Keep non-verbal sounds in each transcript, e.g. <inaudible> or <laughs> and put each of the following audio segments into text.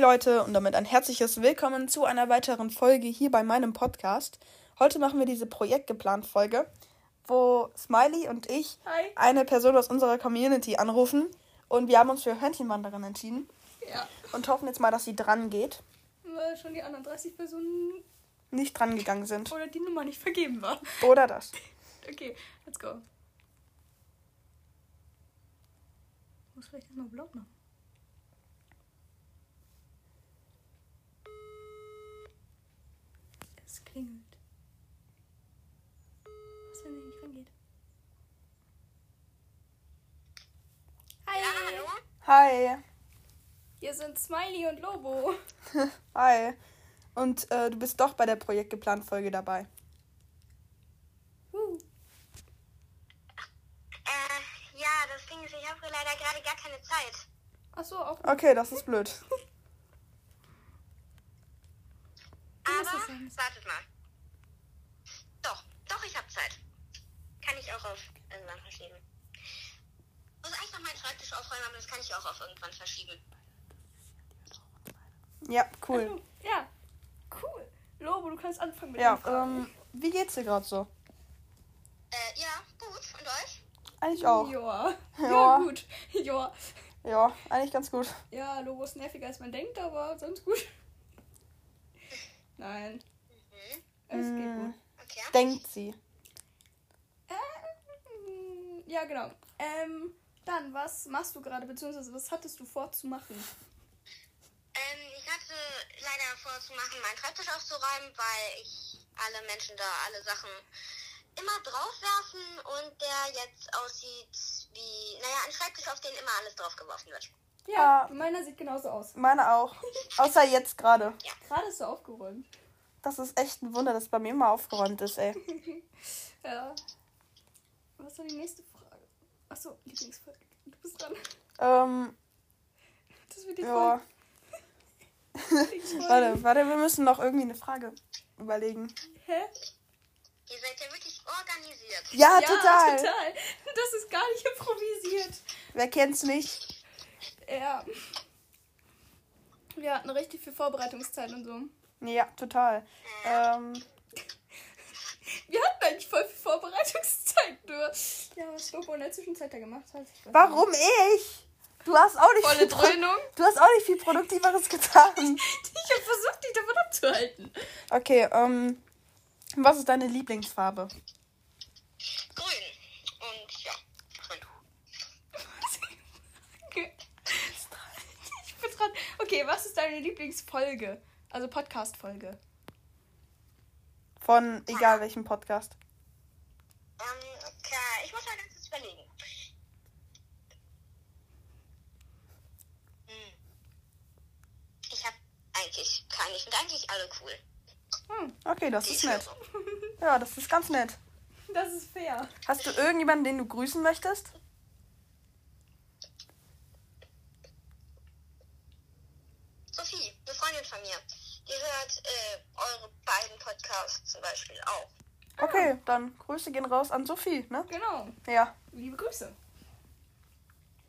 Leute und damit ein herzliches Willkommen zu einer weiteren Folge hier bei meinem Podcast. Heute machen wir diese Projektgeplant-Folge, wo Smiley und ich Hi. eine Person aus unserer Community anrufen und wir haben uns für Hörnchenwanderin entschieden Ja. und hoffen jetzt mal, dass sie dran geht. Weil schon die anderen 30 Personen Nicht dran gegangen sind. oder die Nummer nicht vergeben war. Oder das. Okay, let's go. Ich muss vielleicht erstmal Blau machen. Es klingelt. Was, wenn er nicht rangeht? Äh, Hi! Hi. Hier sind Smiley und Lobo. Hi. Und äh, du bist doch bei der Projektgeplant-Folge dabei. Woo. Äh, ja, das Ding ist, ich habe leider gerade gar keine Zeit. Achso, auch. Okay, das ist blöd. <laughs> Du musst Aber es sagen. wartet mal. Doch, doch, ich habe Zeit. Kann ich auch auf irgendwann verschieben. Muss eigentlich noch meinen Schreibtisch aufräumen, aber das kann ich auch auf irgendwann verschieben. Ja, cool. Hallo. Ja, cool. Lobo, du kannst anfangen mit Ja, den Fragen. ähm, wie geht's dir gerade so? Äh, ja, gut. Und euch? Eigentlich auch. <laughs> Joa. Ja, Joa. gut. Joa. Ja, eigentlich ganz gut. Ja, Lobo ist nerviger, als man denkt, aber sonst gut. Nein, Mhm. es geht Mm, gut. Okay. denkt sie. Ähm, ja, genau. Ähm, dann, was machst du gerade, beziehungsweise was hattest du vor zu machen? Ähm, ich hatte leider vor zu machen, meinen Schreibtisch aufzuräumen, weil ich alle Menschen da alle Sachen immer draufwerfen und der jetzt aussieht wie, naja, ein Schreibtisch, auf den immer alles draufgeworfen wird. Ja, Ah. meiner sieht genauso aus. Meine auch. Außer jetzt gerade. Gerade ist er aufgeräumt. Das ist echt ein Wunder, dass bei mir mal aufgeräumt ist, ey. ja. Was war die nächste Frage? Achso, Lieblingsfolge. Du bist dran. Ähm, Das wird die ja. Folge. Lieblingsfolge. Warte, warte, wir müssen noch irgendwie eine Frage überlegen. Hä? Ihr seid ja wirklich organisiert. Ja, ja, Ah, total. total. Das ist gar nicht improvisiert. Wer kennt's nicht? Ja. Wir hatten richtig viel Vorbereitungszeit und so. Ja, total. Ähm, Wir hatten eigentlich voll viel Vorbereitungszeit nur. Ja, was Lobo in der Zwischenzeit da gemacht hat. ich weiß warum ich? Du hast auch nicht nicht. Volle viel Pro- Dröhnung. <laughs> Du hast auch nicht viel Produktiveres getan. Ich habe versucht, dich davon abzuhalten. Okay, ähm, was ist deine Lieblingsfarbe? Grün. Und ja, grün. Okay. Ich bin dran. Okay, was ist deine Lieblingsfolge? Also Podcast-Folge. Von egal welchem Podcast. Ähm, okay, ich muss mal ganz kurz überlegen. Hm. Ich habe eigentlich keine. Ich finde eigentlich alle cool. Hm, Okay, das Die ist ich nett. höre. Ja, das ist ganz nett. das ist fair. Hast du irgendjemanden, den du grüßen möchtest? Sophie, eine Freundin von mir, die hört äh, eure beiden Podcasts zum Beispiel auch. Okay, dann Grüße gehen raus an Sophie, ne? Genau. Ja. Liebe Grüße.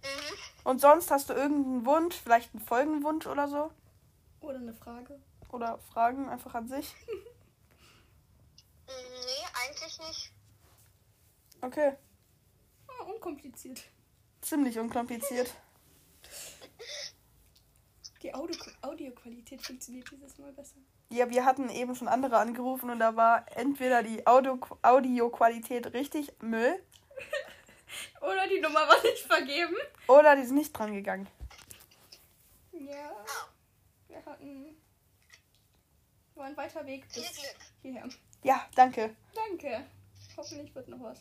Mhm. Und sonst hast du irgendeinen Wunsch, vielleicht einen Folgenwunsch oder so? Oder eine Frage. Oder Fragen einfach an sich? Mm, Nee, eigentlich nicht. Okay, Ah, unkompliziert. ziemlich unkompliziert. Die Audio Audioqualität funktioniert dieses Mal besser. Ja, wir hatten eben schon andere angerufen und da war entweder die Audio- Audioqualität richtig Müll Oder die Nummer war nicht vergeben. oder die sind nicht dran gegangen. Ja, wir hatten. War ein weiter Weg Viel bis Glück. hierher. Ja, danke. Danke. Hoffentlich wird noch was.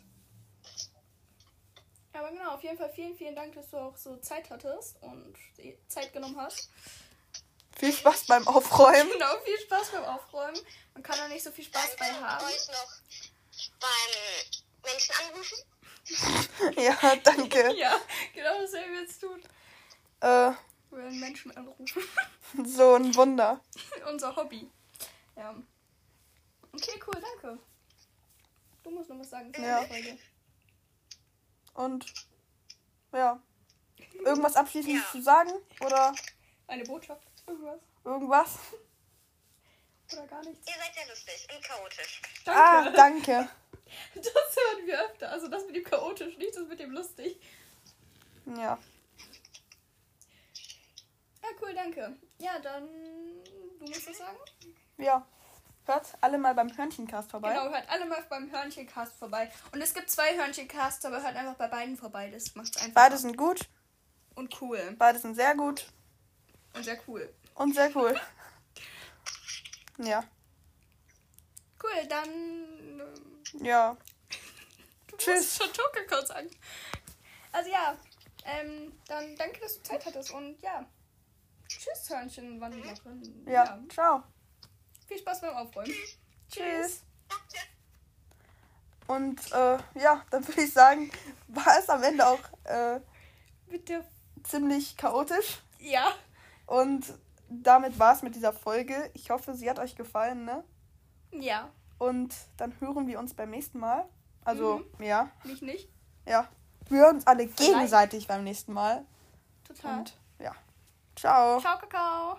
Aber genau, auf jeden Fall vielen, vielen Dank, dass du auch so Zeit hattest und die Zeit genommen hast. Viel Spaß beim Aufräumen. <laughs> <laughs> Genau, viel Spaß beim Aufräumen. Man kann da nicht so viel Spaß bei haben. euch noch beim Menschen anrufen. Ja, danke. Ja, genau das werden wir jetzt tun. Äh, Wir werden Menschen anrufen. so ein Wunder. <laughs> Unser Hobby. Ja. Okay, cool, danke. Du musst noch was sagen zu Ja. der Folge. Und ja. Irgendwas abschließendes Ja. zu sagen? Oder? Eine Botschaft? Irgendwas? Irgendwas? Oder gar nichts? Ihr seid ja lustig und chaotisch. Ah, Danke. danke. <laughs> das hören wir öfter. Also das mit dem chaotisch, nicht das mit dem lustig. Ja. Ah, cool, danke. Ja, dann. Du musst es sagen? Ja. Hört alle mal beim Hörnchencast vorbei. Genau, hört alle mal beim Hörnchencast vorbei. Und es gibt zwei Hörnchencasts, aber hört einfach bei beiden vorbei. Das macht's einfach. Beide sind gut, und cool. beide sind sehr gut Und sehr cool. und sehr cool. Ja. Cool, dann. ähm, Ja. Du Tschüss. musst schon Tokeko sagen. Also ja, ähm, dann danke, dass du Zeit hattest und ja. Tschüss, Hörnchen, wann immer. Ja. Ciao. Viel Spaß beim Aufräumen. Tschüss. Danke. Und äh, ja, dann würde ich sagen, war es am Ende auch äh, Bitte. ziemlich chaotisch. Ja. Und damit war es mit dieser Folge. Ich hoffe, sie hat euch gefallen, ne? Ja. Und dann hören wir uns beim nächsten Mal. Also, Mhm. ja, Mich nicht. ja. Wir hören uns alle gegenseitig beim nächsten Mal. Total. Und ja. Ciao. Ciao, Kakao.